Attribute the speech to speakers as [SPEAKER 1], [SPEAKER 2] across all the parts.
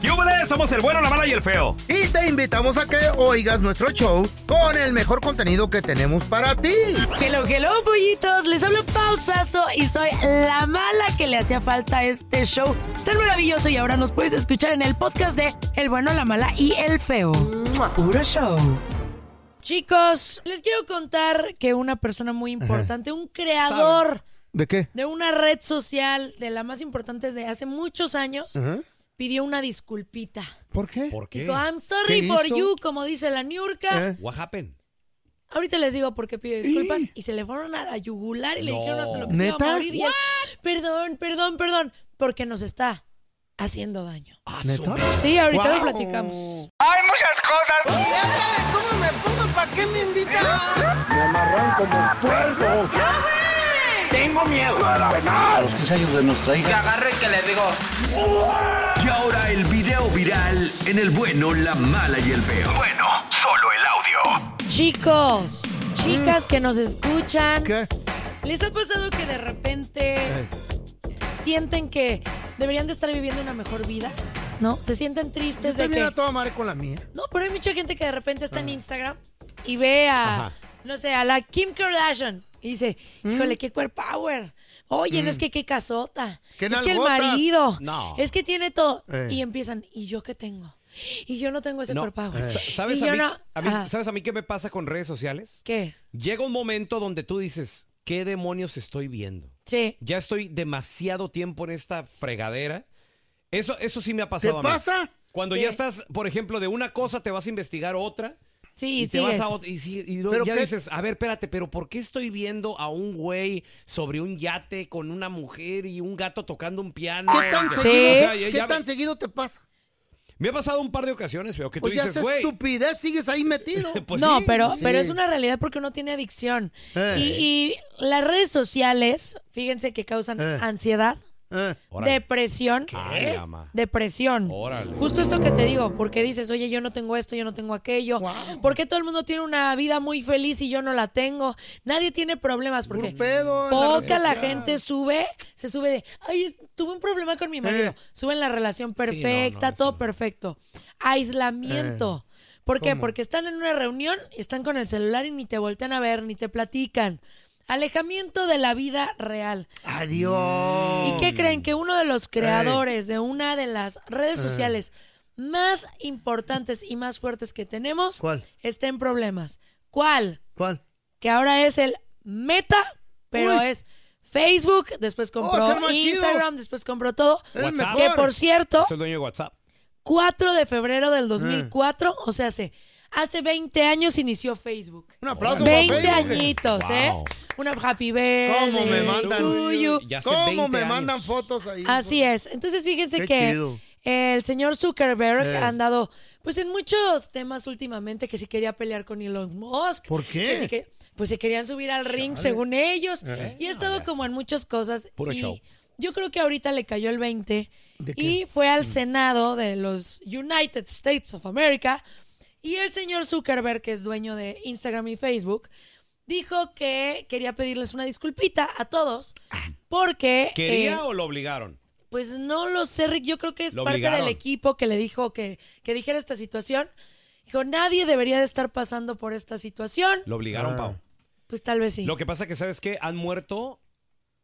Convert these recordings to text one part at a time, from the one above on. [SPEAKER 1] ¡Yúbele! Somos el bueno, la mala y el feo.
[SPEAKER 2] Y te invitamos a que oigas nuestro show con el mejor contenido que tenemos para ti.
[SPEAKER 3] Hello, hello, pollitos. Les hablo pausazo y soy la mala que le hacía falta a este show tan maravilloso. Y ahora nos puedes escuchar en el podcast de El bueno, la mala y el feo. Puro show. Chicos, les quiero contar que una persona muy importante, un creador
[SPEAKER 2] ¿De qué?
[SPEAKER 3] de una red social, de la más importante de hace muchos años, pidió una disculpita.
[SPEAKER 2] ¿Por qué?
[SPEAKER 1] ¿Por qué?
[SPEAKER 3] Dijo, I'm sorry
[SPEAKER 2] ¿Qué
[SPEAKER 3] for
[SPEAKER 2] hizo?
[SPEAKER 3] you, como dice la Niurka.
[SPEAKER 2] ¿Eh?
[SPEAKER 1] What happened?
[SPEAKER 3] Ahorita les digo por qué pidió disculpas y se le fueron a la yugular y le
[SPEAKER 1] No.
[SPEAKER 3] dijeron hasta lo que se iba
[SPEAKER 2] ¿Neta?
[SPEAKER 3] a morir. y él, perdón, perdón, perdón, porque nos está haciendo daño.
[SPEAKER 2] ¿Neta?
[SPEAKER 3] Sí, ahorita lo
[SPEAKER 2] Wow.
[SPEAKER 3] platicamos.
[SPEAKER 2] Ya sabes cómo me pongo, ¿para qué me invitan?
[SPEAKER 4] Y ahora el video viral en el bueno, la mala y el feo.
[SPEAKER 5] Bueno, solo el audio.
[SPEAKER 3] Chicos, chicas que nos escuchan,
[SPEAKER 2] ¿Qué?
[SPEAKER 3] ¿les ha pasado que de repente sienten que deberían de estar viviendo una mejor vida? ¿No? ¿Se sienten tristes
[SPEAKER 2] Te
[SPEAKER 3] de
[SPEAKER 2] viene
[SPEAKER 3] que
[SPEAKER 2] a toda madre con la mía.
[SPEAKER 3] No, pero hay mucha gente que de repente está en
[SPEAKER 1] Ah.
[SPEAKER 3] Instagram y ve a, no sé, a la Kim Kardashian y dice,
[SPEAKER 1] Mm.
[SPEAKER 3] híjole, qué cuerpo power. Oye, no es que qué casota.
[SPEAKER 2] Qué
[SPEAKER 3] es que el
[SPEAKER 2] nalgotas.
[SPEAKER 3] marido.
[SPEAKER 1] No.
[SPEAKER 3] Es que tiene todo.
[SPEAKER 2] Eh.
[SPEAKER 3] Y empiezan, ¿y yo qué tengo? Y yo no tengo ese
[SPEAKER 1] No, Eh.
[SPEAKER 3] cuerpo power.
[SPEAKER 1] sa- ¿sabes,
[SPEAKER 3] Y
[SPEAKER 1] a
[SPEAKER 3] yo
[SPEAKER 1] mí,
[SPEAKER 3] no-
[SPEAKER 1] a mí-
[SPEAKER 3] Ah,
[SPEAKER 1] ¿Sabes a mí qué me pasa con redes sociales?
[SPEAKER 3] ¿Qué?
[SPEAKER 1] Llega un momento donde tú dices, ¿qué demonios estoy viendo?
[SPEAKER 3] Sí.
[SPEAKER 1] Ya estoy demasiado tiempo en esta fregadera. Eso, eso sí me ha
[SPEAKER 2] ¿Te
[SPEAKER 1] pasado a mí.
[SPEAKER 2] pasa?
[SPEAKER 1] Cuando
[SPEAKER 3] Sí.
[SPEAKER 1] ya estás, por ejemplo, de una cosa te vas a investigar otra.
[SPEAKER 3] Sí,
[SPEAKER 1] y te
[SPEAKER 3] sí.
[SPEAKER 1] vas
[SPEAKER 3] es.
[SPEAKER 1] a ot- y, sí- y luego
[SPEAKER 2] ¿Pero
[SPEAKER 1] ya
[SPEAKER 2] qué?
[SPEAKER 1] dices, a ver, espérate, pero ¿por qué estoy viendo a un güey sobre un yate con una mujer y un gato tocando un piano?
[SPEAKER 2] ¿Qué tan
[SPEAKER 1] O
[SPEAKER 3] Sí.
[SPEAKER 2] seguido,
[SPEAKER 1] sea, ya-
[SPEAKER 2] ¿qué
[SPEAKER 1] ya
[SPEAKER 2] tan
[SPEAKER 1] me,
[SPEAKER 2] seguido te pasa?
[SPEAKER 1] me ha pasado un par de ocasiones, veo que tú
[SPEAKER 2] Pues ya
[SPEAKER 1] dices,
[SPEAKER 2] esa
[SPEAKER 1] güey.
[SPEAKER 2] estupidez sigues ahí metido.
[SPEAKER 1] pues
[SPEAKER 3] no,
[SPEAKER 1] sí".
[SPEAKER 3] pero,
[SPEAKER 2] sí.
[SPEAKER 3] pero es una realidad porque uno tiene adicción.
[SPEAKER 2] Eh.
[SPEAKER 3] Y, y las redes sociales, fíjense que causan
[SPEAKER 2] Eh.
[SPEAKER 3] ansiedad,
[SPEAKER 2] Eh,
[SPEAKER 1] Órale.
[SPEAKER 3] depresión,
[SPEAKER 1] Ay, ama.
[SPEAKER 3] depresión.
[SPEAKER 1] Órale.
[SPEAKER 3] Justo esto que te digo, porque dices, oye, yo no tengo esto, yo no tengo aquello.
[SPEAKER 2] Wow.
[SPEAKER 3] ¿Por qué todo el mundo tiene una vida muy feliz y yo no la tengo? Nadie tiene problemas porque
[SPEAKER 2] puro pedo en la red
[SPEAKER 3] poca la
[SPEAKER 2] social.
[SPEAKER 3] gente sube, se sube de, ay, es- tuve un problema con mi marido.
[SPEAKER 2] Eh.
[SPEAKER 3] Suben la relación perfecta,
[SPEAKER 1] eso Eh.
[SPEAKER 3] todo perfecto. Aislamiento. ¿Por qué? Porque están en una reunión, están con el celular y ni te voltean a ver, ni te platican. Alejamiento de la vida real.
[SPEAKER 2] Adiós.
[SPEAKER 3] ¿Y qué creen? Que uno de los creadores de una de las redes
[SPEAKER 2] Ah.
[SPEAKER 3] sociales más importantes y más fuertes que tenemos
[SPEAKER 2] ¿Cuál?
[SPEAKER 3] está en problemas. ¿Cuál?
[SPEAKER 2] ¿Cuál?
[SPEAKER 3] Que ahora es el Meta, pero
[SPEAKER 2] Uy.
[SPEAKER 3] es Facebook, después compró
[SPEAKER 2] ese es más chido.
[SPEAKER 3] Instagram, después compró todo.
[SPEAKER 2] Es el
[SPEAKER 1] WhatsApp.
[SPEAKER 3] Que
[SPEAKER 2] mejor.
[SPEAKER 3] por cierto,
[SPEAKER 1] Es el dueño de WhatsApp.
[SPEAKER 3] 4 de febrero
[SPEAKER 2] Ah.
[SPEAKER 3] del 2004, o sea, hace, hace 20 años inició Facebook.
[SPEAKER 2] Un aplauso para
[SPEAKER 3] 20
[SPEAKER 2] Facebook.
[SPEAKER 3] añitos,
[SPEAKER 1] Wow.
[SPEAKER 3] ¿eh? Una happy birthday.
[SPEAKER 2] ¿Cómo me mandan?
[SPEAKER 3] to you.
[SPEAKER 1] Ya hace
[SPEAKER 2] ¿Cómo
[SPEAKER 1] 20
[SPEAKER 2] me
[SPEAKER 1] años.
[SPEAKER 2] mandan fotos ahí? pues.
[SPEAKER 3] Así es. Entonces fíjense
[SPEAKER 2] Qué
[SPEAKER 3] que
[SPEAKER 2] chido.
[SPEAKER 3] el señor Zuckerberg
[SPEAKER 2] Eh.
[SPEAKER 3] ha andado pues en muchos temas últimamente que si quería pelear con Elon Musk.
[SPEAKER 2] ¿Por qué?
[SPEAKER 3] que si que- pues se querían subir al ring según ellos.
[SPEAKER 2] Eh.
[SPEAKER 3] Y ha estado como en muchas cosas.
[SPEAKER 1] Puro
[SPEAKER 3] y
[SPEAKER 1] show.
[SPEAKER 3] Yo creo que ahorita le cayó el 20
[SPEAKER 2] ¿De qué? Mm.
[SPEAKER 3] y fue al Senado de los United States of America y el señor Zuckerberg, que es dueño de Instagram y Facebook, dijo
[SPEAKER 2] Ah.
[SPEAKER 3] que quería pedirles una disculpita a todos porque... eh,
[SPEAKER 1] ¿Quería o lo obligaron?
[SPEAKER 3] Pues no lo sé, Rick. Yo creo que es
[SPEAKER 1] Lo
[SPEAKER 3] parte del
[SPEAKER 1] obligaron.
[SPEAKER 3] equipo que le dijo que, que dijera esta situación. Dijo, nadie debería de estar pasando por esta situación.
[SPEAKER 1] Lo obligaron,
[SPEAKER 2] Ah.
[SPEAKER 1] Pau.
[SPEAKER 3] Pues tal vez sí.
[SPEAKER 1] Lo que pasa que, ¿sabes qué? Han muerto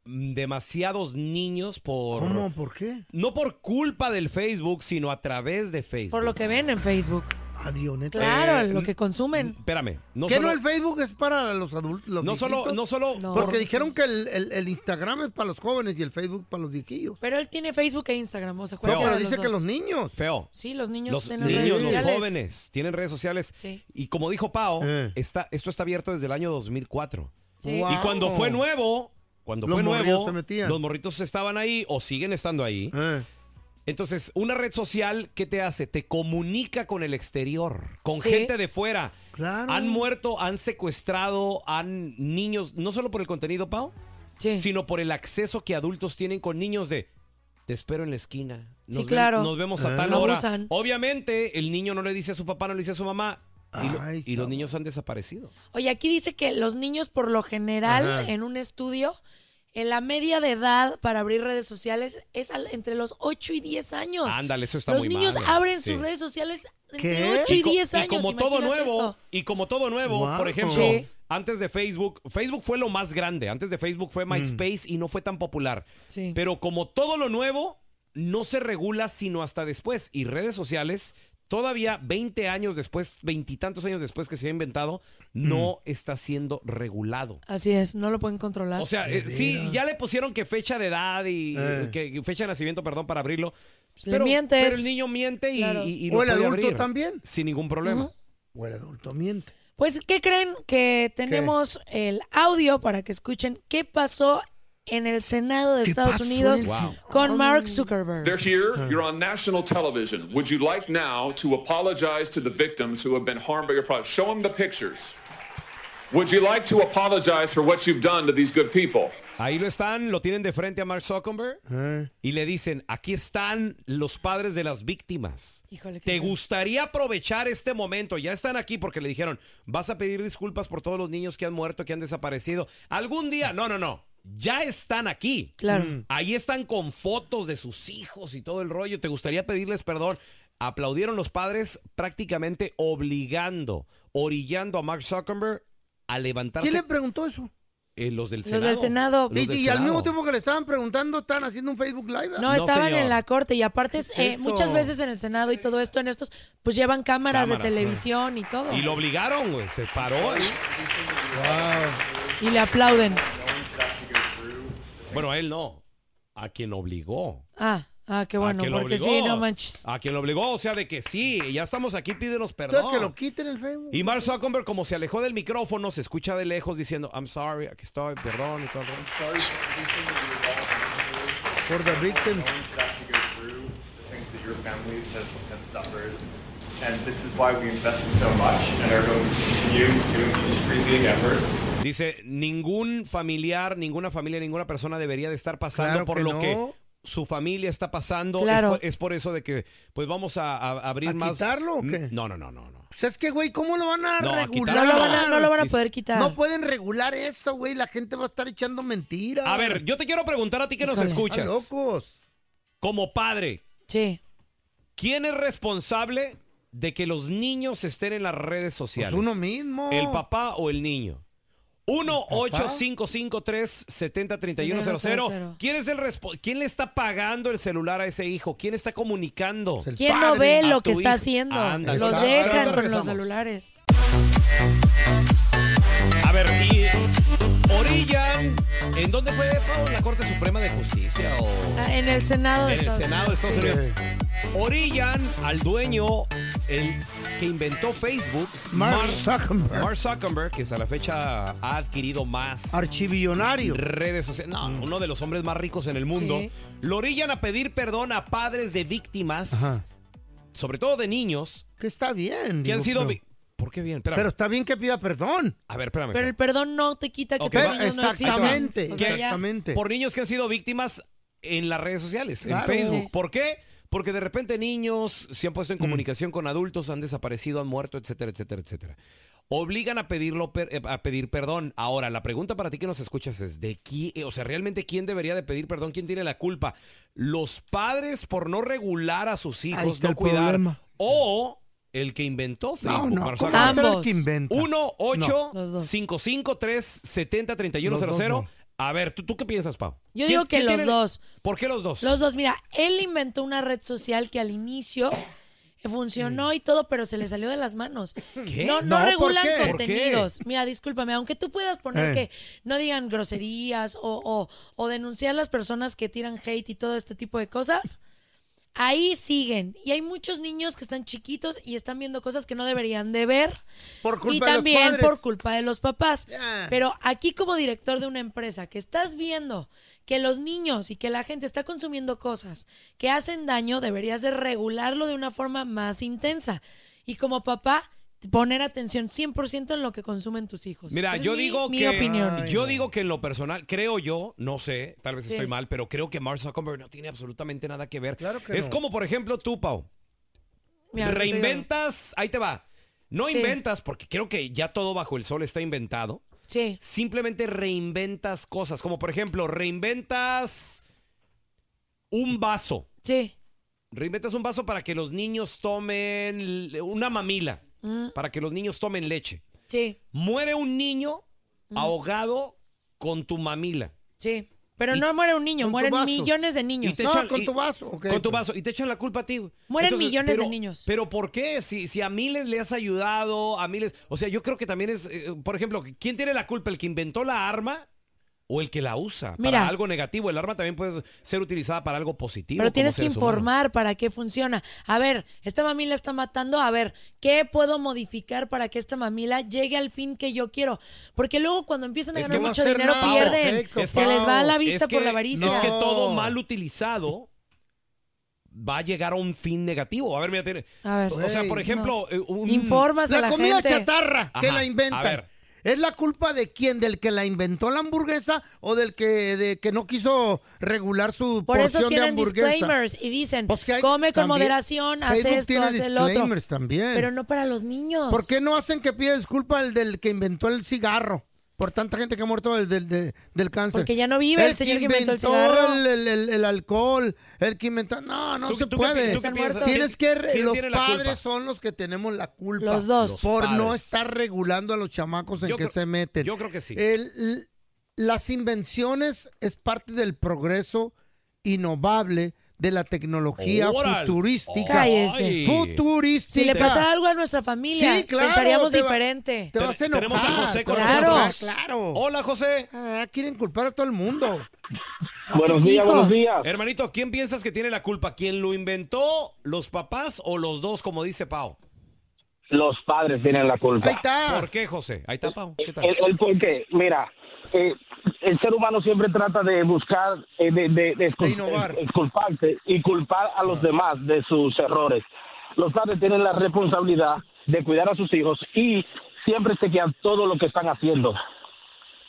[SPEAKER 1] mm, demasiados niños por...
[SPEAKER 2] ¿Cómo? ¿Por qué?
[SPEAKER 1] No por culpa del Facebook, sino a través de Facebook.
[SPEAKER 3] Por lo que ven en Facebook.
[SPEAKER 2] Adiós, neta.
[SPEAKER 3] Claro,
[SPEAKER 1] Eh,
[SPEAKER 3] lo que consumen.
[SPEAKER 1] Espérame. No
[SPEAKER 2] ¿Qué
[SPEAKER 1] solo,
[SPEAKER 2] no el Facebook es para los adultos? los
[SPEAKER 1] no solo,
[SPEAKER 2] viejitos?
[SPEAKER 1] no solo
[SPEAKER 3] No.
[SPEAKER 2] Porque dijeron que el, el- el Instagram es para los jóvenes y el Facebook para los viejillos.
[SPEAKER 3] Pero él tiene Facebook e Instagram, o sea,
[SPEAKER 2] No,
[SPEAKER 3] juega
[SPEAKER 2] pero
[SPEAKER 3] a
[SPEAKER 2] dice que
[SPEAKER 3] dos.
[SPEAKER 2] los niños.
[SPEAKER 1] feo.
[SPEAKER 3] Sí, los niños
[SPEAKER 1] Los
[SPEAKER 3] tienen redes
[SPEAKER 1] niños, los
[SPEAKER 3] sociales.
[SPEAKER 1] jóvenes tienen redes sociales.
[SPEAKER 3] Sí.
[SPEAKER 1] Y como dijo Pao,
[SPEAKER 2] Eh.
[SPEAKER 1] está, esto está abierto desde el año 2004.
[SPEAKER 3] Sí.
[SPEAKER 2] Guau.
[SPEAKER 1] Y cuando fue nuevo, cuando
[SPEAKER 2] Los
[SPEAKER 1] fue
[SPEAKER 2] morrillos
[SPEAKER 1] nuevo,
[SPEAKER 2] se metían.
[SPEAKER 1] los morritos estaban ahí o siguen estando ahí.
[SPEAKER 2] Eh.
[SPEAKER 1] Entonces, una red social, ¿qué te hace? Te comunica con el exterior, con
[SPEAKER 3] Sí.
[SPEAKER 1] gente de fuera.
[SPEAKER 2] Claro.
[SPEAKER 1] Han muerto, han secuestrado, han niños, no solo por el contenido, Pau,
[SPEAKER 3] Sí.
[SPEAKER 1] sino por el acceso que adultos tienen con niños de te espero en la esquina. Nos
[SPEAKER 3] Sí,
[SPEAKER 1] ve-
[SPEAKER 3] claro.
[SPEAKER 1] nos vemos a
[SPEAKER 2] Ah.
[SPEAKER 1] tal
[SPEAKER 3] Lo
[SPEAKER 1] hora.
[SPEAKER 3] abusan.
[SPEAKER 1] Obviamente, el niño no le dice a su papá, no le dice a su mamá. Y, lo-
[SPEAKER 2] Ay,
[SPEAKER 1] y los
[SPEAKER 2] chavo.
[SPEAKER 1] niños han desaparecido.
[SPEAKER 3] Oye, aquí dice que los niños por lo general
[SPEAKER 2] Ajá.
[SPEAKER 3] en un estudio en la media de edad para abrir redes sociales es al- entre los 8 y 10 años.
[SPEAKER 1] Ándale, eso está
[SPEAKER 3] los
[SPEAKER 1] muy
[SPEAKER 3] niños
[SPEAKER 1] mal.
[SPEAKER 3] abren
[SPEAKER 1] Sí.
[SPEAKER 3] sus redes sociales
[SPEAKER 2] ¿Qué?
[SPEAKER 3] entre 8 y
[SPEAKER 1] co-
[SPEAKER 3] 10 años.
[SPEAKER 1] como todo
[SPEAKER 3] imagínate
[SPEAKER 1] nuevo,
[SPEAKER 3] eso.
[SPEAKER 1] y como todo nuevo,
[SPEAKER 2] Guau.
[SPEAKER 1] por ejemplo,
[SPEAKER 3] Sí.
[SPEAKER 1] antes de Facebook, Facebook fue lo más grande. Antes de Facebook
[SPEAKER 2] Mm.
[SPEAKER 1] fue MySpace y no fue tan popular.
[SPEAKER 3] Sí.
[SPEAKER 1] Pero como todo lo nuevo, no se regula sino hasta después. Y redes sociales, todavía 20 años después, veintitantos años después que se ha inventado, no
[SPEAKER 2] Mm.
[SPEAKER 1] está siendo regulado.
[SPEAKER 3] Así es, no lo pueden controlar.
[SPEAKER 1] O sea, eh, sí, ya le pusieron que fecha de edad y
[SPEAKER 2] Eh.
[SPEAKER 1] que que fecha de nacimiento, perdón, para abrirlo.
[SPEAKER 3] Pues le mientes.
[SPEAKER 1] pero el niño miente y,
[SPEAKER 3] Claro.
[SPEAKER 1] y- y
[SPEAKER 2] ¿O
[SPEAKER 1] lo
[SPEAKER 2] el
[SPEAKER 1] puede
[SPEAKER 2] adulto
[SPEAKER 1] abrir
[SPEAKER 2] también?
[SPEAKER 1] Sin ningún problema.
[SPEAKER 2] O el adulto miente.
[SPEAKER 3] pues, ¿qué creen? Que tenemos el audio para que escuchen qué pasó en el Senado de
[SPEAKER 2] ¿Qué
[SPEAKER 3] Estados
[SPEAKER 2] pasó en
[SPEAKER 3] Unidos Oh.
[SPEAKER 2] el Wow.
[SPEAKER 3] con Mark Zuckerberg.
[SPEAKER 6] They're here. You're on national television. Would you like now to apologize to the victims who have been harmed by your product? Show them the pictures. Would you like to apologize for what you've done to these good people?
[SPEAKER 1] Ahí lo están, lo tienen de frente a Mark Zuckerberg
[SPEAKER 2] Eh.
[SPEAKER 1] y le dicen, aquí están los padres de las víctimas.
[SPEAKER 3] Híjole, qué
[SPEAKER 1] ¿Te
[SPEAKER 3] feo.
[SPEAKER 1] gustaría aprovechar este momento? Ya están aquí porque le dijeron, vas a pedir disculpas por todos los niños que han muerto, que han desaparecido. Algún día, no, no, no, ya están aquí.
[SPEAKER 3] Claro.
[SPEAKER 1] Ahí están con fotos de sus hijos y todo el rollo. ¿Te gustaría pedirles perdón? Aplaudieron los padres prácticamente obligando, orillando a Mark Zuckerberg a levantarse
[SPEAKER 2] ¿Quién le preguntó eso?
[SPEAKER 1] eh, los del
[SPEAKER 3] Los
[SPEAKER 1] Senado.
[SPEAKER 3] del Senado.
[SPEAKER 1] Los
[SPEAKER 2] Y,
[SPEAKER 1] del
[SPEAKER 2] y al mismo
[SPEAKER 1] Senado.
[SPEAKER 2] tiempo que le estaban preguntando, estaban haciendo un Facebook Live. ¿verdad?
[SPEAKER 3] No,
[SPEAKER 1] No,
[SPEAKER 3] estaban
[SPEAKER 1] señor.
[SPEAKER 3] en la corte y aparte
[SPEAKER 2] es
[SPEAKER 3] eh,
[SPEAKER 2] eso?
[SPEAKER 3] muchas veces en el Senado y todo esto, en estos, pues llevan cámaras
[SPEAKER 1] Cámara,
[SPEAKER 3] de televisión y todo.
[SPEAKER 1] Y
[SPEAKER 3] Y,
[SPEAKER 1] lo obligaron, güey. Se paró. ahí.
[SPEAKER 3] le aplauden.
[SPEAKER 1] Bueno, a él no. A quien obligó.
[SPEAKER 3] Ah, ah, qué bueno,
[SPEAKER 1] a quien lo
[SPEAKER 3] porque
[SPEAKER 1] obligó.
[SPEAKER 3] sí, no manches.
[SPEAKER 1] A quien lo obligó. O sea, de que sí, ya estamos aquí, pídenos
[SPEAKER 2] Entonces
[SPEAKER 1] perdón.
[SPEAKER 2] que lo quiten el Facebook.
[SPEAKER 1] Y Mark Zuckerberg, como se alejó del micrófono, se escucha de lejos diciendo, I'm sorry, aquí estoy, perdón y todo. el rollo.
[SPEAKER 2] Por the victim.
[SPEAKER 7] And this is why we invested so much and are going to continue doing these streaming efforts.
[SPEAKER 1] Dice, ningún familiar, ninguna familia, ninguna persona debería de estar pasando
[SPEAKER 2] Claro
[SPEAKER 1] por
[SPEAKER 2] que
[SPEAKER 1] lo
[SPEAKER 2] no.
[SPEAKER 1] que su familia está pasando.
[SPEAKER 3] Claro.
[SPEAKER 1] Es, por, es por eso de que, pues vamos a, a abrir
[SPEAKER 2] ¿A
[SPEAKER 1] más.
[SPEAKER 2] quitarlo o qué?
[SPEAKER 1] No, no, no, no, no.
[SPEAKER 2] Pues es que, güey, ¿cómo lo van a
[SPEAKER 1] No, a
[SPEAKER 2] regular?
[SPEAKER 3] No
[SPEAKER 1] quitarlo.
[SPEAKER 3] lo van a, no lo van a
[SPEAKER 1] Dice-
[SPEAKER 3] poder quitar.
[SPEAKER 2] No pueden regular eso, güey. La gente va a estar echando mentiras.
[SPEAKER 1] A ver, yo te quiero preguntar a ti que nos
[SPEAKER 3] Híjole.
[SPEAKER 2] Están
[SPEAKER 1] escuchas.
[SPEAKER 2] locos.
[SPEAKER 1] Como padre,
[SPEAKER 3] Sí.
[SPEAKER 1] ¿Quién es responsable de que los niños estén en las redes
[SPEAKER 2] Pues
[SPEAKER 1] sociales?
[SPEAKER 2] uno mismo.
[SPEAKER 1] ¿El papá o el niño?
[SPEAKER 3] cero.
[SPEAKER 1] 1-855-370-3100. ¿Quién, es el respo- ¿Quién le está pagando el celular a ese hijo? ¿Quién está comunicando?
[SPEAKER 2] El
[SPEAKER 3] ¿Quién no
[SPEAKER 2] padre.
[SPEAKER 3] ve
[SPEAKER 1] a
[SPEAKER 3] lo que
[SPEAKER 1] tu
[SPEAKER 3] está
[SPEAKER 1] hijo.
[SPEAKER 3] haciendo?
[SPEAKER 1] Ándale.
[SPEAKER 3] los
[SPEAKER 2] Exacto.
[SPEAKER 3] dejan
[SPEAKER 2] Ahorita
[SPEAKER 3] con los
[SPEAKER 2] regresamos.
[SPEAKER 3] celulares.
[SPEAKER 1] A ver, y orillan. ¿En dónde fue Pau, la Corte Suprema de Justicia o
[SPEAKER 3] Ah, en el Senado de
[SPEAKER 1] en el
[SPEAKER 3] Estados
[SPEAKER 1] Senado de Estados
[SPEAKER 2] Sí.
[SPEAKER 1] Unidos? Orillan al dueño, el que inventó Facebook,
[SPEAKER 2] Mark Zuckerberg.
[SPEAKER 1] Mark Zuckerberg, que hasta la fecha ha adquirido más
[SPEAKER 2] Archivillonario.
[SPEAKER 1] redes sociales, no,
[SPEAKER 2] Mm.
[SPEAKER 1] uno de los hombres más ricos en el mundo,
[SPEAKER 3] Sí.
[SPEAKER 1] lo orillan a pedir perdón a padres de víctimas,
[SPEAKER 2] Ajá.
[SPEAKER 1] sobre todo de niños,
[SPEAKER 2] Que está bien.
[SPEAKER 1] que
[SPEAKER 2] digo,
[SPEAKER 1] han sido...
[SPEAKER 2] pero-
[SPEAKER 1] vi- ¿Por qué bien? Espérame.
[SPEAKER 2] Pero está bien que pida perdón.
[SPEAKER 1] a ver, espérame.
[SPEAKER 3] Pero el perdón no te quita que
[SPEAKER 1] Ok,
[SPEAKER 3] tus
[SPEAKER 1] va-
[SPEAKER 3] niños no existan.
[SPEAKER 2] exactamente.
[SPEAKER 3] O sea, ya.
[SPEAKER 2] exactamente.
[SPEAKER 1] por niños que han sido víctimas en las redes sociales, en
[SPEAKER 2] Claro.
[SPEAKER 1] Facebook.
[SPEAKER 3] Sí.
[SPEAKER 1] ¿Por qué? Porque de
[SPEAKER 2] Mm.
[SPEAKER 1] repente niños se han puesto en comunicación con adultos, han desaparecido, han muerto, etcétera, etcétera, etcétera. obligan a, pedirlo per- eh, a pedir perdón. Ahora, la pregunta para ti que nos escuchas es, ¿de quién, eh, o sea, realmente quién debería de pedir perdón? ¿Quién tiene la culpa? ¿Los padres por no regular a sus hijos,
[SPEAKER 2] está
[SPEAKER 1] no
[SPEAKER 2] el
[SPEAKER 1] cuidar?
[SPEAKER 2] problema.
[SPEAKER 1] ¿O el que inventó Facebook?
[SPEAKER 2] no,
[SPEAKER 1] Mark
[SPEAKER 2] ¿cómo va a ser el
[SPEAKER 1] Zuckerberg?
[SPEAKER 2] que inventa?
[SPEAKER 1] 1 8
[SPEAKER 3] No, los dos.
[SPEAKER 1] 55 3 70 31
[SPEAKER 2] Los dos
[SPEAKER 1] 00
[SPEAKER 2] no.
[SPEAKER 1] A ver, ¿tú, tú qué piensas, Pau?
[SPEAKER 3] Yo
[SPEAKER 1] ¿Quién-
[SPEAKER 3] digo que
[SPEAKER 1] quién
[SPEAKER 3] los
[SPEAKER 1] tiene-
[SPEAKER 3] dos.
[SPEAKER 1] ¿Por qué los dos?
[SPEAKER 3] Los dos, mira, él inventó una red social que al inicio funcionó y todo, pero se le salió de las manos.
[SPEAKER 1] ¿Qué?
[SPEAKER 3] No, no,
[SPEAKER 2] No, ¿por
[SPEAKER 3] regulan
[SPEAKER 2] qué?
[SPEAKER 1] ¿Por qué?
[SPEAKER 3] contenidos. Mira, discúlpame, aunque tú puedas poner
[SPEAKER 2] Eh.
[SPEAKER 3] que no digan groserías o, o, o denunciar las personas que tiran hate y todo este tipo de cosas, ahí siguen. Y hay muchos niños que están chiquitos y están viendo cosas que no deberían de ver
[SPEAKER 2] Por culpa
[SPEAKER 3] y
[SPEAKER 2] de los
[SPEAKER 3] también
[SPEAKER 2] padres.
[SPEAKER 3] por culpa de los papás.
[SPEAKER 2] Ya.
[SPEAKER 3] Pero aquí como director de una empresa que estás viendo que los niños y que la gente está consumiendo cosas que hacen daño, deberías de regularlo de una forma más intensa. Y como papá, poner atención 100% en lo que consumen tus hijos.
[SPEAKER 1] Mira,
[SPEAKER 3] Esa es
[SPEAKER 1] yo
[SPEAKER 3] mi-
[SPEAKER 1] digo
[SPEAKER 3] mi
[SPEAKER 1] que
[SPEAKER 3] opinión.
[SPEAKER 1] yo digo que en lo personal creo yo, no sé, tal vez
[SPEAKER 3] Sí.
[SPEAKER 1] estoy mal, pero creo que Mark Zuckerberg no tiene absolutamente nada que ver.
[SPEAKER 2] Claro que
[SPEAKER 1] es
[SPEAKER 2] no.
[SPEAKER 1] como por ejemplo tú, Pau,
[SPEAKER 3] Mira, ahorita te digo.
[SPEAKER 1] reinventas, ahí te va. No
[SPEAKER 3] Sí.
[SPEAKER 1] inventas porque creo que ya todo bajo el sol está inventado.
[SPEAKER 3] Sí.
[SPEAKER 1] Simplemente reinventas cosas, como por ejemplo, reinventas un vaso.
[SPEAKER 3] Sí.
[SPEAKER 1] Reinventas un vaso para que los niños tomen l- una mamila,
[SPEAKER 3] Mm.
[SPEAKER 1] para que los niños tomen leche.
[SPEAKER 3] Sí.
[SPEAKER 1] Muere un niño
[SPEAKER 3] Mm.
[SPEAKER 1] ahogado con tu mamila.
[SPEAKER 3] Sí. Pero
[SPEAKER 1] Y-
[SPEAKER 3] no muere un niño,
[SPEAKER 2] Con tu
[SPEAKER 3] mueren
[SPEAKER 2] vaso.
[SPEAKER 3] millones de niños.
[SPEAKER 1] Y te
[SPEAKER 2] No,
[SPEAKER 1] echan-
[SPEAKER 2] con
[SPEAKER 1] y-
[SPEAKER 2] tu vaso, ok.
[SPEAKER 1] Con tu vaso. Y te echan la culpa a ti. güey.
[SPEAKER 3] Mueren millones de
[SPEAKER 1] pero-
[SPEAKER 3] niños.
[SPEAKER 1] Pero ¿por qué? Si, si a miles le has ayudado, a miles... O sea, yo creo que también es... eh, por ejemplo, ¿quién tiene la culpa? ¿El que inventó la arma o el que la usa?
[SPEAKER 3] Mira.
[SPEAKER 1] para algo negativo. El arma también puede ser utilizada para algo positivo.
[SPEAKER 3] Pero
[SPEAKER 1] como
[SPEAKER 3] tienes que
[SPEAKER 1] seres humanos.
[SPEAKER 3] informar para qué funciona. A ver, esta mamila está matando. A ver, ¿qué puedo modificar para que esta mamila llegue al fin que yo quiero? Porque luego cuando empiezan a
[SPEAKER 1] Es
[SPEAKER 3] ganar
[SPEAKER 1] que no
[SPEAKER 3] mucho
[SPEAKER 2] hacer
[SPEAKER 3] dinero
[SPEAKER 2] nada.
[SPEAKER 3] pierden.
[SPEAKER 2] Perfecto,
[SPEAKER 3] se les va
[SPEAKER 2] Pau.
[SPEAKER 3] la vista
[SPEAKER 1] Es
[SPEAKER 3] por la
[SPEAKER 1] que-
[SPEAKER 3] avaricia.
[SPEAKER 1] Es que
[SPEAKER 2] No.
[SPEAKER 1] todo mal utilizado va a llegar a un fin negativo. A ver, mira, tiene-
[SPEAKER 3] A ver.
[SPEAKER 1] o sea, por
[SPEAKER 3] No.
[SPEAKER 1] ejemplo, eh, un...
[SPEAKER 3] Informas a
[SPEAKER 2] La
[SPEAKER 3] la
[SPEAKER 2] comida
[SPEAKER 3] gente.
[SPEAKER 2] chatarra que
[SPEAKER 1] Ajá,
[SPEAKER 2] la
[SPEAKER 1] a
[SPEAKER 2] inventan.
[SPEAKER 1] ver.
[SPEAKER 2] ¿Es la culpa de quién? ¿Del que la inventó la hamburguesa o del que, de que no quiso regular su
[SPEAKER 3] Por
[SPEAKER 2] porción
[SPEAKER 3] eso
[SPEAKER 2] de
[SPEAKER 3] tienen
[SPEAKER 2] hamburguesa?
[SPEAKER 3] disclaimers y dicen,
[SPEAKER 2] Pues que hay-
[SPEAKER 3] come con
[SPEAKER 2] también-
[SPEAKER 3] moderación, haz
[SPEAKER 2] Facebook
[SPEAKER 3] esto,
[SPEAKER 2] tiene
[SPEAKER 3] haz el otro.
[SPEAKER 2] disclaimers también.
[SPEAKER 3] Pero no para los niños.
[SPEAKER 2] ¿Por qué no hacen que pida disculpa el del que inventó el cigarro? Por tanta gente que ha muerto del, del, de- del cáncer.
[SPEAKER 3] Porque ya no vive el señor que inventó el cigarro.
[SPEAKER 2] El, el- el- el alcohol, el que inventó... No, no
[SPEAKER 1] ¿Tú-
[SPEAKER 2] se
[SPEAKER 1] tú qué pi-
[SPEAKER 2] puede.
[SPEAKER 1] tú qué
[SPEAKER 3] Están
[SPEAKER 1] piensas?
[SPEAKER 3] muertos.
[SPEAKER 2] Tienes que... re-
[SPEAKER 1] ¿Quién
[SPEAKER 2] Los
[SPEAKER 1] tiene la culpa?
[SPEAKER 2] padres son los que tenemos la culpa.
[SPEAKER 3] Los dos. Los
[SPEAKER 2] por no
[SPEAKER 1] padres.
[SPEAKER 2] estar regulando a los chamacos en
[SPEAKER 1] Yo
[SPEAKER 2] que
[SPEAKER 1] creo-
[SPEAKER 2] se meten. Eh,
[SPEAKER 1] yo creo que sí.
[SPEAKER 2] El- l- las invenciones es parte del progreso innovable de la tecnología
[SPEAKER 1] Órale.
[SPEAKER 2] futurística.
[SPEAKER 3] Cállese.
[SPEAKER 1] Ay.
[SPEAKER 2] Futurística.
[SPEAKER 3] Si le pasara algo a nuestra familia,
[SPEAKER 2] Sí, claro,
[SPEAKER 3] pensaríamos
[SPEAKER 2] te va-
[SPEAKER 3] diferente.
[SPEAKER 2] Te vas a enojar.
[SPEAKER 1] Tenemos a José con
[SPEAKER 3] Claro.
[SPEAKER 1] nosotros.
[SPEAKER 2] Claro.
[SPEAKER 1] Hola, José.
[SPEAKER 2] Ah, quieren culpar a todo el mundo.
[SPEAKER 3] Buenos días, buenos días.
[SPEAKER 1] Hermanito, ¿quién piensas que tiene la culpa? ¿Quién lo inventó, los papás o los dos, como dice Pau?
[SPEAKER 8] Los padres tienen la culpa.
[SPEAKER 2] Ahí está.
[SPEAKER 1] ¿Por qué, José? Ahí está Pau. ¿Qué tal?
[SPEAKER 8] El, el por qué, mira, eh, el ser humano siempre trata de buscar, eh, de, de, de escul-
[SPEAKER 2] De innovar.
[SPEAKER 8] eh, culparse y culpar a los demás de sus errores. Los padres tienen la responsabilidad de cuidar a sus hijos y siempre se quedan todo lo que están haciendo.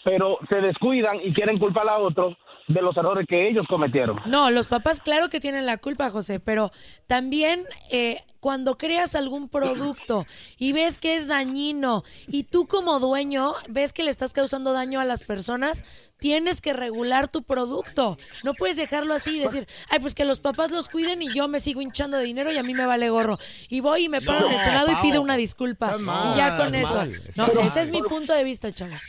[SPEAKER 8] Pero se descuidan y quieren culpar a otros de los errores que ellos cometieron.
[SPEAKER 3] No, los papás claro que tienen la culpa, José, pero también eh, cuando creas algún producto y ves que es dañino y tú como dueño ves que le estás causando daño a las personas, tienes que regular tu producto. No puedes dejarlo así y decir, ay, pues que los papás los cuiden y yo me sigo hinchando de dinero y a mí me vale gorro. Y voy y me paro en el
[SPEAKER 1] No,
[SPEAKER 3] Senado y
[SPEAKER 1] Pau.
[SPEAKER 3] pido una disculpa.
[SPEAKER 2] Estás mal,
[SPEAKER 3] y ya con
[SPEAKER 1] estás
[SPEAKER 3] eso.
[SPEAKER 1] mal,
[SPEAKER 3] no,
[SPEAKER 1] estás mal.
[SPEAKER 3] ese es mi punto de vista, chavos.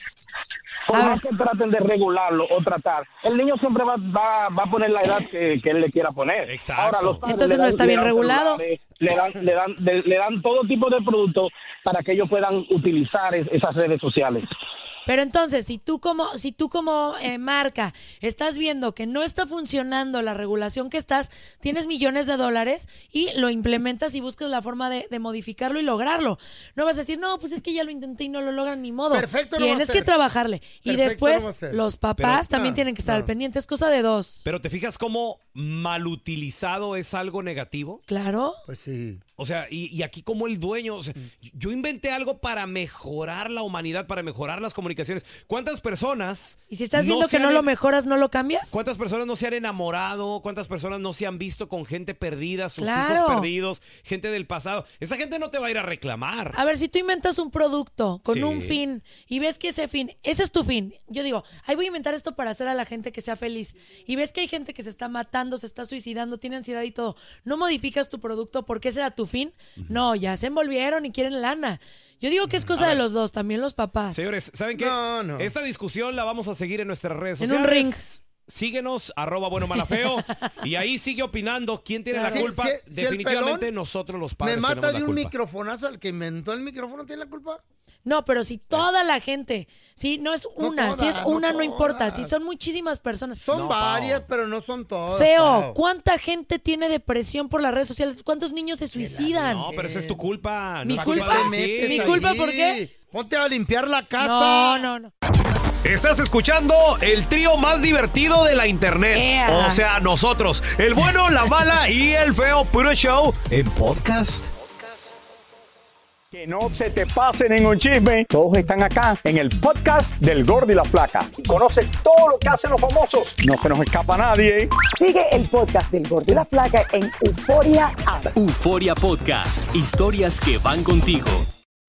[SPEAKER 8] Por
[SPEAKER 3] A
[SPEAKER 8] más que traten de regularlo o tratar, el niño siempre va, va, va a poner la edad que, que él le quiera poner.
[SPEAKER 1] Exacto.
[SPEAKER 8] padres
[SPEAKER 3] Entonces
[SPEAKER 8] le
[SPEAKER 3] no está
[SPEAKER 8] le
[SPEAKER 3] bien regulado.
[SPEAKER 8] celulares, Le dan, le, dan, le, le dan todo tipo de productos para que ellos puedan utilizar es- esas redes sociales.
[SPEAKER 3] Pero entonces, si tú como, si tú como eh, marca estás viendo que no está funcionando la regulación que estás, tienes millones de dólares y lo implementas y buscas la forma de, de modificarlo y lograrlo. No vas a decir, no, pues es que ya lo intenté y no lo logran ni modo.
[SPEAKER 2] Perfecto no va a
[SPEAKER 3] Tienes
[SPEAKER 2] ser.
[SPEAKER 3] que trabajarle. Y
[SPEAKER 2] Perfecto
[SPEAKER 3] después,
[SPEAKER 2] no va a ser.
[SPEAKER 3] los papás
[SPEAKER 2] Pero-
[SPEAKER 3] también
[SPEAKER 2] no,
[SPEAKER 3] tienen que estar
[SPEAKER 2] no.
[SPEAKER 3] al pendiente. Es cosa de dos.
[SPEAKER 1] Pero te fijas cómo mal utilizado es algo negativo.
[SPEAKER 3] Claro.
[SPEAKER 2] Pues sí.
[SPEAKER 1] O sea,
[SPEAKER 3] Mm.
[SPEAKER 1] y, y aquí como el dueño, o sea, yo inventé algo para mejorar la humanidad, para mejorar las comunicaciones. ¿Cuántas personas...
[SPEAKER 3] Y si estás viendo que no lo mejoras, ¿no lo cambias?
[SPEAKER 1] ¿Cuántas personas no se han enamorado? ¿Cuántas personas no se han visto con gente perdida, sus
[SPEAKER 3] Claro.
[SPEAKER 1] hijos perdidos, gente del pasado? Esa gente no te va a ir a reclamar.
[SPEAKER 3] A ver, si tú inventas un producto con
[SPEAKER 1] Sí.
[SPEAKER 3] un fin y ves que ese fin, ese es tu fin. Yo digo, ahí voy a inventar esto para hacer a la gente que sea feliz. Y ves que hay gente que se está matando, se está suicidando, tiene ansiedad y todo. No modificas tu producto porque ese era tu fin. No, ya se envolvieron y quieren lana. Yo digo que es cosa de los dos, también los papás.
[SPEAKER 1] Señores, ¿saben qué? Esta discusión la vamos a seguir en nuestras redes
[SPEAKER 3] En
[SPEAKER 1] sociales.
[SPEAKER 3] un ring.
[SPEAKER 1] Síguenos, arroba bueno malafeo. y ahí sigue opinando quién tiene la
[SPEAKER 2] Si-
[SPEAKER 1] culpa.
[SPEAKER 2] si- si el
[SPEAKER 1] Definitivamente
[SPEAKER 2] pelón
[SPEAKER 1] nosotros los
[SPEAKER 2] Me
[SPEAKER 1] padres
[SPEAKER 2] mata
[SPEAKER 1] tenemos
[SPEAKER 2] de
[SPEAKER 1] la
[SPEAKER 2] un
[SPEAKER 1] culpa.
[SPEAKER 2] microfonazo al que inventó el micrófono, ¿tiene la culpa?
[SPEAKER 3] No, pero si toda la gente, si no es una, si es
[SPEAKER 2] todas, no
[SPEAKER 3] una no, importa, si son muchísimas personas.
[SPEAKER 2] Son varias, pero no son todas.
[SPEAKER 3] Feo,
[SPEAKER 2] Pao.
[SPEAKER 3] ¿cuánta gente tiene depresión por las redes sociales? ¿Cuántos niños se suicidan?
[SPEAKER 1] No, pero esa es tu culpa. no
[SPEAKER 3] ¿Mi
[SPEAKER 1] es
[SPEAKER 3] culpa?
[SPEAKER 1] de
[SPEAKER 3] ¿Mi
[SPEAKER 1] decir.
[SPEAKER 3] culpa por qué?
[SPEAKER 2] Ponte a limpiar la casa.
[SPEAKER 3] No, no, no.
[SPEAKER 9] Estás escuchando el trío más divertido de la internet.
[SPEAKER 3] Ea.
[SPEAKER 9] O sea, nosotros, el bueno, la mala y el feo puro show Eh, en podcast.
[SPEAKER 10] Que no se te pase ningún chisme. Todos están acá en el podcast del Gordi y la Flaca. Y conoce todo lo que hacen los famosos. No se nos escapa nadie. ¿eh? Sigue el podcast del Gordi y la Flaca en Euforia
[SPEAKER 11] Euforia Podcast, historias que van contigo.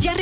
[SPEAKER 12] Ya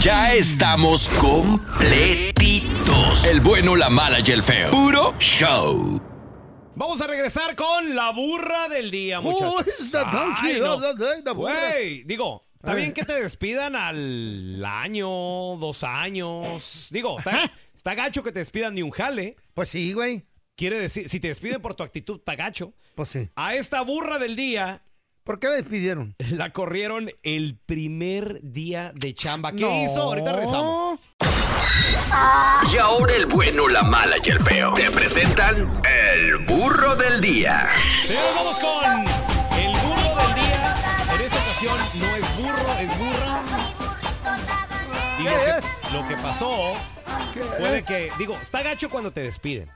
[SPEAKER 4] Ya estamos completitos. El bueno, la mala y el feo. Puro show.
[SPEAKER 1] Vamos a regresar con la burra del día,
[SPEAKER 2] Oh,
[SPEAKER 1] muchachos.
[SPEAKER 2] esa tan
[SPEAKER 1] Ay,
[SPEAKER 2] chida,
[SPEAKER 1] no.
[SPEAKER 2] la- la- la burra.
[SPEAKER 1] Güey, digo, está
[SPEAKER 9] Eh.
[SPEAKER 2] Ay.
[SPEAKER 1] bien que te despidan al año, dos años. Digo, está, está gacho que te despidan de un jale.
[SPEAKER 2] Pues sí, güey.
[SPEAKER 1] Quiere decir, si te despiden por tu actitud, está gacho.
[SPEAKER 2] Pues sí.
[SPEAKER 1] A esta burra del día.
[SPEAKER 2] ¿Por qué la despidieron?
[SPEAKER 1] La corrieron el primer día de chamba. ¿Qué
[SPEAKER 4] No.
[SPEAKER 1] hizo? Ahorita regresamos.
[SPEAKER 4] Y ahora el bueno, la mala y el feo. Te presentan el burro del día.
[SPEAKER 1] Señores, vamos con el burro del día. En esta ocasión no es burro, es burra. Y lo que, lo que pasó fue
[SPEAKER 2] Eh.
[SPEAKER 1] de que, digo, está gacho cuando te despiden,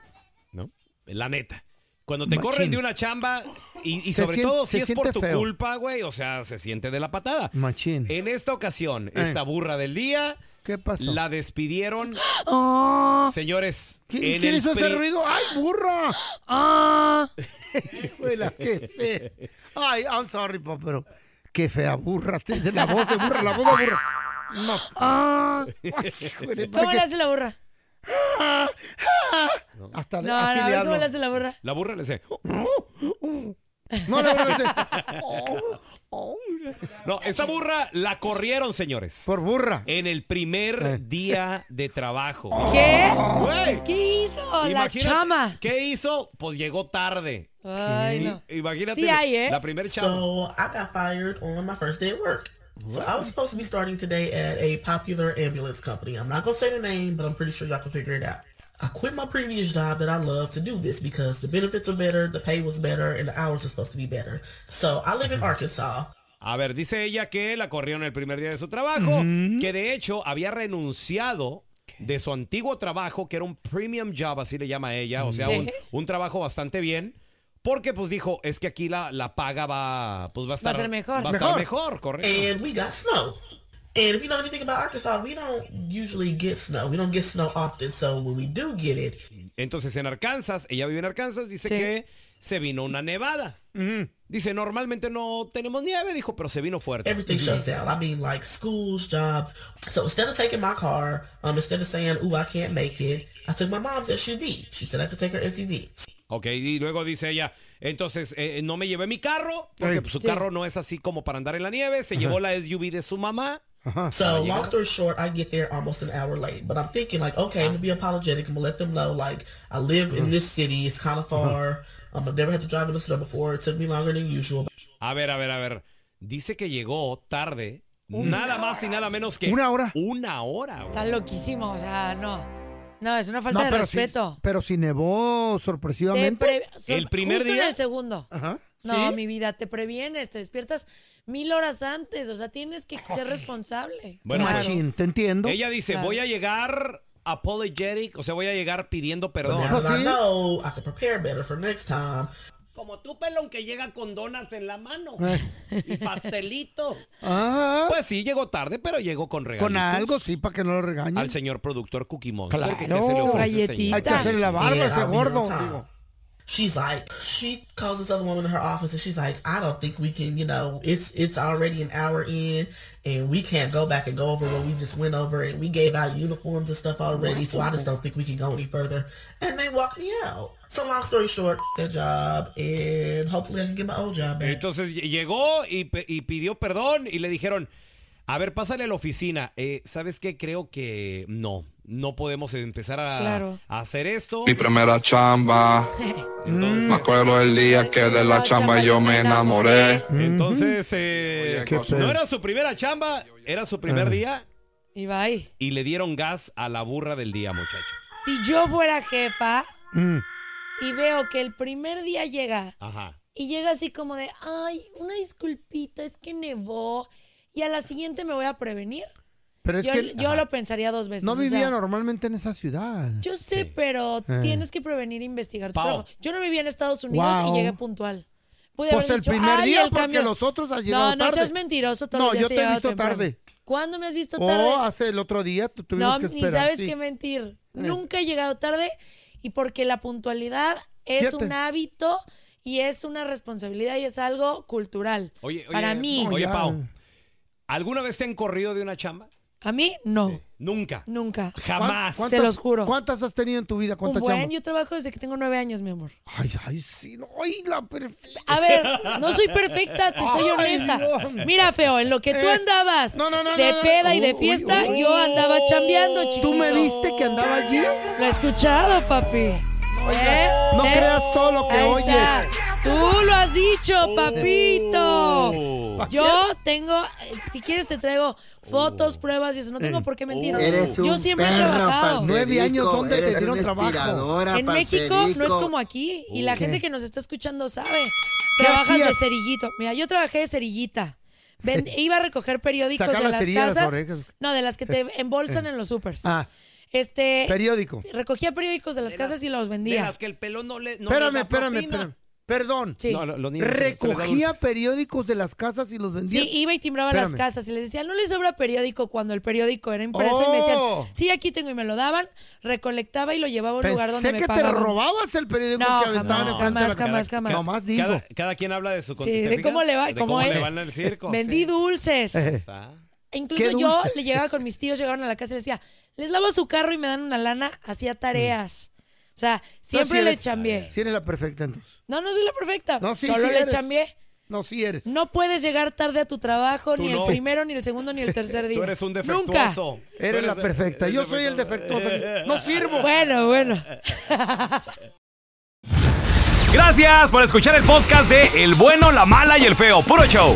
[SPEAKER 1] ¿no? La neta. Cuando te
[SPEAKER 2] Machín.
[SPEAKER 1] corren de una chamba y, y
[SPEAKER 2] Se
[SPEAKER 1] sobre
[SPEAKER 2] sien-
[SPEAKER 1] todo si
[SPEAKER 2] se
[SPEAKER 1] es por
[SPEAKER 2] siente
[SPEAKER 1] tu
[SPEAKER 2] feo.
[SPEAKER 1] culpa, güey, o sea, se siente de la patada.
[SPEAKER 2] Machín.
[SPEAKER 1] En esta ocasión,
[SPEAKER 2] Eh.
[SPEAKER 1] esta burra del día,
[SPEAKER 2] ¿Qué pasó?
[SPEAKER 1] la despidieron,
[SPEAKER 3] Oh.
[SPEAKER 1] señores.
[SPEAKER 2] ¿Qui-
[SPEAKER 1] en
[SPEAKER 2] ¿Quién
[SPEAKER 1] el
[SPEAKER 2] hizo ese
[SPEAKER 1] pri-
[SPEAKER 2] ruido? ¡Ay, burra!
[SPEAKER 3] ¡Ah!
[SPEAKER 2] Güela, qué fea. Ay, I'm sorry, pa, pero qué fea burra. Te- te- La voz de burra, la voz de burra. No.
[SPEAKER 3] Ah.
[SPEAKER 2] Güey,
[SPEAKER 3] ¿Cómo le
[SPEAKER 2] porque-
[SPEAKER 3] hace la burra?
[SPEAKER 2] Hasta así
[SPEAKER 3] No, no, a
[SPEAKER 2] le
[SPEAKER 3] ver,
[SPEAKER 2] hablo.
[SPEAKER 3] ¿cómo le hace la burra?
[SPEAKER 1] La burra le dice.
[SPEAKER 2] No, la burra le Oh, hace.
[SPEAKER 1] No, esa burra la corrieron, señores.
[SPEAKER 2] Por burra.
[SPEAKER 1] En el primer día de trabajo.
[SPEAKER 3] ¿Qué?
[SPEAKER 1] Güey.
[SPEAKER 3] Eh. ¿Qué hizo? La
[SPEAKER 1] Imagínate,
[SPEAKER 3] chama.
[SPEAKER 1] ¿Qué hizo? Pues llegó tarde.
[SPEAKER 3] Ay,
[SPEAKER 1] Sí,
[SPEAKER 3] no.
[SPEAKER 1] Imagínate.
[SPEAKER 3] Sí hay, ¿eh?
[SPEAKER 1] La primera chama.
[SPEAKER 13] So I got fired on my first day at work. So I was supposed to be starting today at a popular ambulance company. I'm not gonna say the name, but I'm pretty sure y'all can figure it out. I quit my previous job that I loved to do this because the benefits were better, the pay was better, and the hours are supposed to be better. So I live in Arkansas.
[SPEAKER 1] A ver, dice ella que la corrieron el primer día de su trabajo, que de hecho había renunciado de su antiguo trabajo, que era un premium job, así le llama ella, o sea,
[SPEAKER 14] Sí.
[SPEAKER 1] un, un trabajo bastante bien, porque pues dijo, es que aquí la, la paga va, pues va a estar
[SPEAKER 13] ser mejor.
[SPEAKER 1] Va a estar
[SPEAKER 13] Mejor.
[SPEAKER 1] mejor, correcto.
[SPEAKER 13] And we got snow. And if you know anything about Arkansas, we don't usually get snow. We don't get snow often. So when we do get it,
[SPEAKER 1] Entonces en Arkansas, ella vive en Arkansas, dice que se vino una nevada. Dice, normalmente no tenemos nieve, dijo, pero se vino fuerte.
[SPEAKER 13] everything shuts down. I mean, like schools, jobs. So instead of taking my car, um, instead of saying, "Ooh, I can't make it," I took my mom's SUV. She said I could take her SUV.
[SPEAKER 1] Ok, y luego dice ella, entonces eh, no me llevé mi carro, porque
[SPEAKER 13] Sí.
[SPEAKER 1] pues, su
[SPEAKER 13] Sí.
[SPEAKER 1] carro no es así como para andar en la nieve, se llevó la SUV de su mamá.
[SPEAKER 13] So long story short, I get there almost an hour late. But I'm thinking like, okay, I'm gonna be apologetic. I'm gonna let them know like I live in this city. It's kind of far. Um, I've never had to drive in the snow before. It took me longer than usual.
[SPEAKER 1] A ver, a ver, a ver. Dice que llegó tarde,
[SPEAKER 3] Una
[SPEAKER 1] nada más y nada menos que...
[SPEAKER 2] ¿Una hora?
[SPEAKER 1] Una hora. güey.
[SPEAKER 3] Está loquísimo, o sea, no. No, es una falta de
[SPEAKER 2] pero sí-
[SPEAKER 3] respeto.
[SPEAKER 2] pero si nevó
[SPEAKER 3] Te
[SPEAKER 2] sorpresivamente.
[SPEAKER 3] pre- so- justo en el segundo.
[SPEAKER 2] Ah,
[SPEAKER 3] No, mi vida, te previenes, te despiertas mil horas antes, o sea, tienes que ser responsable.
[SPEAKER 1] Bueno, pues,
[SPEAKER 2] Machín, te entiendo.
[SPEAKER 1] Ella dice,
[SPEAKER 3] Claro.
[SPEAKER 1] voy a llegar apologetic, o sea, voy a llegar pidiendo perdón.
[SPEAKER 13] Now that I know, I can prepare better for next time.
[SPEAKER 1] Como tú, pelón, que llega con donas en la mano
[SPEAKER 2] y
[SPEAKER 1] pastelito.
[SPEAKER 2] Ah,
[SPEAKER 1] Pues sí, llegó tarde, pero llegó con regalitos.
[SPEAKER 2] con algo, sí, para que no lo regañen.
[SPEAKER 1] Al señor productor Cookie Monster.
[SPEAKER 2] Claro.
[SPEAKER 1] ¿qué- qué se le ofrece, señor?
[SPEAKER 2] Hay que hacerle la barba a
[SPEAKER 13] Yeah,
[SPEAKER 2] ese
[SPEAKER 13] I'll be on
[SPEAKER 2] gordo.
[SPEAKER 13] time.
[SPEAKER 2] digo.
[SPEAKER 13] She's like, she calls this other woman in her office and she's like, I don't think we can, you know, it's it's already an hour in and we can't go back and go over what we just went over and we gave out uniforms and stuff already, so I just don't think we can go any further. And they walked me out. So long story short, their job and hopefully I can get my old job back.
[SPEAKER 1] Entonces ll- llegó y, pe- y pidió perdón y le dijeron, a ver, pásale a la oficina. Eh, ¿Sabes qué? Creo que no, no podemos empezar a,
[SPEAKER 14] Claro.
[SPEAKER 1] a hacer esto.
[SPEAKER 14] Mi primera chamba.
[SPEAKER 2] Mm.
[SPEAKER 14] Me acuerdo el día que de la chamba yo me enamoré.
[SPEAKER 2] mm-hmm.
[SPEAKER 1] Entonces, eh,
[SPEAKER 14] qué
[SPEAKER 1] no
[SPEAKER 14] pedo.
[SPEAKER 1] era su primera chamba, era su
[SPEAKER 2] Ah.
[SPEAKER 1] primer día
[SPEAKER 3] Y bye.
[SPEAKER 1] y le dieron gas a la burra del día, muchachos.
[SPEAKER 3] Si yo fuera jefa y veo que el primer día llega
[SPEAKER 1] Ajá.
[SPEAKER 3] y llega así como de, ay, una disculpita, es que nevó y a la siguiente me voy a prevenir.
[SPEAKER 2] Pero es
[SPEAKER 3] yo
[SPEAKER 2] que
[SPEAKER 3] yo lo pensaría dos veces.
[SPEAKER 2] no
[SPEAKER 3] o sea,
[SPEAKER 2] vivía normalmente en esa ciudad.
[SPEAKER 3] Yo sé, pero
[SPEAKER 2] Eh.
[SPEAKER 3] tienes que prevenir e investigar tu
[SPEAKER 2] Pao.
[SPEAKER 3] trabajo. Yo no vivía en Estados Unidos
[SPEAKER 2] Wow.
[SPEAKER 3] y llegué puntual. Pude
[SPEAKER 2] Pues
[SPEAKER 3] haber
[SPEAKER 2] el
[SPEAKER 3] dicho,
[SPEAKER 2] primer
[SPEAKER 3] "Ay,
[SPEAKER 2] día,
[SPEAKER 3] el
[SPEAKER 2] porque
[SPEAKER 3] camión".
[SPEAKER 2] los otros has
[SPEAKER 3] No,
[SPEAKER 2] llegado
[SPEAKER 3] no
[SPEAKER 2] tarde.
[SPEAKER 3] seas mentiroso. todos
[SPEAKER 2] No,
[SPEAKER 3] los días
[SPEAKER 2] yo te he
[SPEAKER 3] llegado
[SPEAKER 2] visto tarde. Oh,
[SPEAKER 3] ¿Cuándo me has visto
[SPEAKER 2] O
[SPEAKER 3] tarde?
[SPEAKER 2] hace el otro día tú tuvimos
[SPEAKER 3] no,
[SPEAKER 2] que
[SPEAKER 3] ni
[SPEAKER 2] esperar.
[SPEAKER 3] sabes
[SPEAKER 2] sí. Eh.
[SPEAKER 3] qué mentir. Nunca he llegado tarde y porque la puntualidad es
[SPEAKER 2] Fíjate.
[SPEAKER 3] un hábito y es una responsabilidad y es algo cultural.
[SPEAKER 1] Oye, oye,
[SPEAKER 3] Para mí.
[SPEAKER 1] Oye, Pau, ¿alguna vez te han corrido de una chamba?
[SPEAKER 3] A mí, no.
[SPEAKER 1] Nunca.
[SPEAKER 3] Nunca.
[SPEAKER 1] Jamás.
[SPEAKER 3] Se los juro.
[SPEAKER 2] ¿Cuántas has tenido en tu vida?
[SPEAKER 3] Un
[SPEAKER 2] ¿Cuántas
[SPEAKER 3] buen,
[SPEAKER 2] chambas?
[SPEAKER 3] yo trabajo desde que tengo nueve años, mi amor.
[SPEAKER 2] Ay, ay, sí, no. Ay, la perfecta.
[SPEAKER 3] A ver, no soy perfecta, te soy
[SPEAKER 2] Ay,
[SPEAKER 3] honesta.
[SPEAKER 2] Dios.
[SPEAKER 3] Mira, feo, en lo que tú
[SPEAKER 2] Eh,
[SPEAKER 3] andabas
[SPEAKER 2] no,
[SPEAKER 3] de
[SPEAKER 2] no, no.
[SPEAKER 3] peda y de
[SPEAKER 2] Uy,
[SPEAKER 3] fiesta,
[SPEAKER 2] uy, uy.
[SPEAKER 3] yo andaba chambeando, chiquito.
[SPEAKER 2] ¿Tú me viste que andaba allí?
[SPEAKER 3] Lo he escuchado, papi. ¿Eh?
[SPEAKER 2] No
[SPEAKER 3] ¿Eh?
[SPEAKER 2] creas todo lo que
[SPEAKER 3] Ahí
[SPEAKER 2] oyes.
[SPEAKER 3] está. Tú lo has dicho, papito. Yo tengo, eh, si quieres te traigo fotos, pruebas y eso. No tengo por qué mentir.
[SPEAKER 8] Oh.
[SPEAKER 15] Eres
[SPEAKER 3] Yo
[SPEAKER 15] un
[SPEAKER 3] siempre he
[SPEAKER 15] perro,
[SPEAKER 3] trabajado.
[SPEAKER 15] Nueve Palderico, años, ¿dónde te eres dieron una trabajo? inspiradora,
[SPEAKER 3] En México no es
[SPEAKER 15] Palderico.
[SPEAKER 3] como aquí. Y
[SPEAKER 15] Uh,
[SPEAKER 3] la
[SPEAKER 15] ¿qué?
[SPEAKER 3] gente que nos está escuchando sabe.
[SPEAKER 15] ¿Qué
[SPEAKER 3] Trabajas de
[SPEAKER 15] hacías?
[SPEAKER 3] cerillito. Mira, yo trabajé de cerillita. Ven- Iba a recoger periódicos
[SPEAKER 2] Sacar
[SPEAKER 3] de
[SPEAKER 2] la
[SPEAKER 3] las
[SPEAKER 2] cerilla de las
[SPEAKER 3] casas.
[SPEAKER 2] orejas.
[SPEAKER 3] no, de las que te embolsan en los supers.
[SPEAKER 2] Ah,
[SPEAKER 3] Este,
[SPEAKER 2] periódico.
[SPEAKER 3] Recogía periódicos de las casas y los vendía.
[SPEAKER 1] Mira, que el pelón no le. no
[SPEAKER 2] espérame,
[SPEAKER 1] le da
[SPEAKER 2] espérame,
[SPEAKER 1] propina.
[SPEAKER 2] espérame. Perdón.
[SPEAKER 1] Sí. No, lo- los niños se- se les da
[SPEAKER 2] Recogía
[SPEAKER 1] dulces.
[SPEAKER 2] periódicos de las casas y los vendía.
[SPEAKER 3] Sí, iba y timbraba
[SPEAKER 2] Espérame.
[SPEAKER 3] las casas y les decía, no les sobra periódico cuando el periódico era impreso y me decían,
[SPEAKER 2] Oh.
[SPEAKER 3] sí, aquí tengo y me lo daban, recolectaba y lo llevaba a un
[SPEAKER 2] Pensé
[SPEAKER 3] lugar donde me
[SPEAKER 2] que te
[SPEAKER 3] pagaban.
[SPEAKER 2] robabas el periódico
[SPEAKER 3] No,
[SPEAKER 2] que aventaban
[SPEAKER 3] jamás,
[SPEAKER 2] enfrente de la
[SPEAKER 3] jamás, jamás,
[SPEAKER 2] Cada-
[SPEAKER 3] jamás.
[SPEAKER 2] Nomás digo.
[SPEAKER 1] Cada, cada quien habla de su con-
[SPEAKER 3] Sí,
[SPEAKER 1] ¿te
[SPEAKER 3] de cómo
[SPEAKER 1] fijas?
[SPEAKER 3] le va,
[SPEAKER 1] De
[SPEAKER 3] cómo
[SPEAKER 1] cómo le
[SPEAKER 3] es.
[SPEAKER 1] va en el circo.
[SPEAKER 3] Vendí dulces. E
[SPEAKER 1] Ahí está.
[SPEAKER 3] Incluso
[SPEAKER 1] Qué
[SPEAKER 3] yo
[SPEAKER 1] dulce.
[SPEAKER 3] le llegaba con mis tíos, llegaron a la casa y les decía, les lavo su carro y me dan una lana, hacía tareas. O sea, siempre
[SPEAKER 2] Mm. sí
[SPEAKER 3] le
[SPEAKER 2] eres-
[SPEAKER 3] chambié.
[SPEAKER 2] Sí eres la perfecta entonces.
[SPEAKER 3] No, no soy la perfecta.
[SPEAKER 2] No, sí,
[SPEAKER 3] Solo
[SPEAKER 2] sí
[SPEAKER 3] le
[SPEAKER 2] eres.
[SPEAKER 3] chambié.
[SPEAKER 2] No, sí eres.
[SPEAKER 3] No puedes llegar tarde a tu trabajo,
[SPEAKER 2] Tú
[SPEAKER 3] ni
[SPEAKER 2] no.
[SPEAKER 3] el primero, ni el segundo, ni el tercer día.
[SPEAKER 1] Tú eres un
[SPEAKER 3] Nunca.
[SPEAKER 1] defectuoso.
[SPEAKER 2] Eres la perfecta. Yo soy el defectuoso. No sirvo.
[SPEAKER 3] Bueno, bueno.
[SPEAKER 9] Gracias por escuchar el podcast de El bueno, la mala y el feo. Puro show.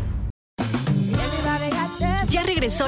[SPEAKER 12] Ya regresó
[SPEAKER 3] comenzó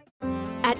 [SPEAKER 16] At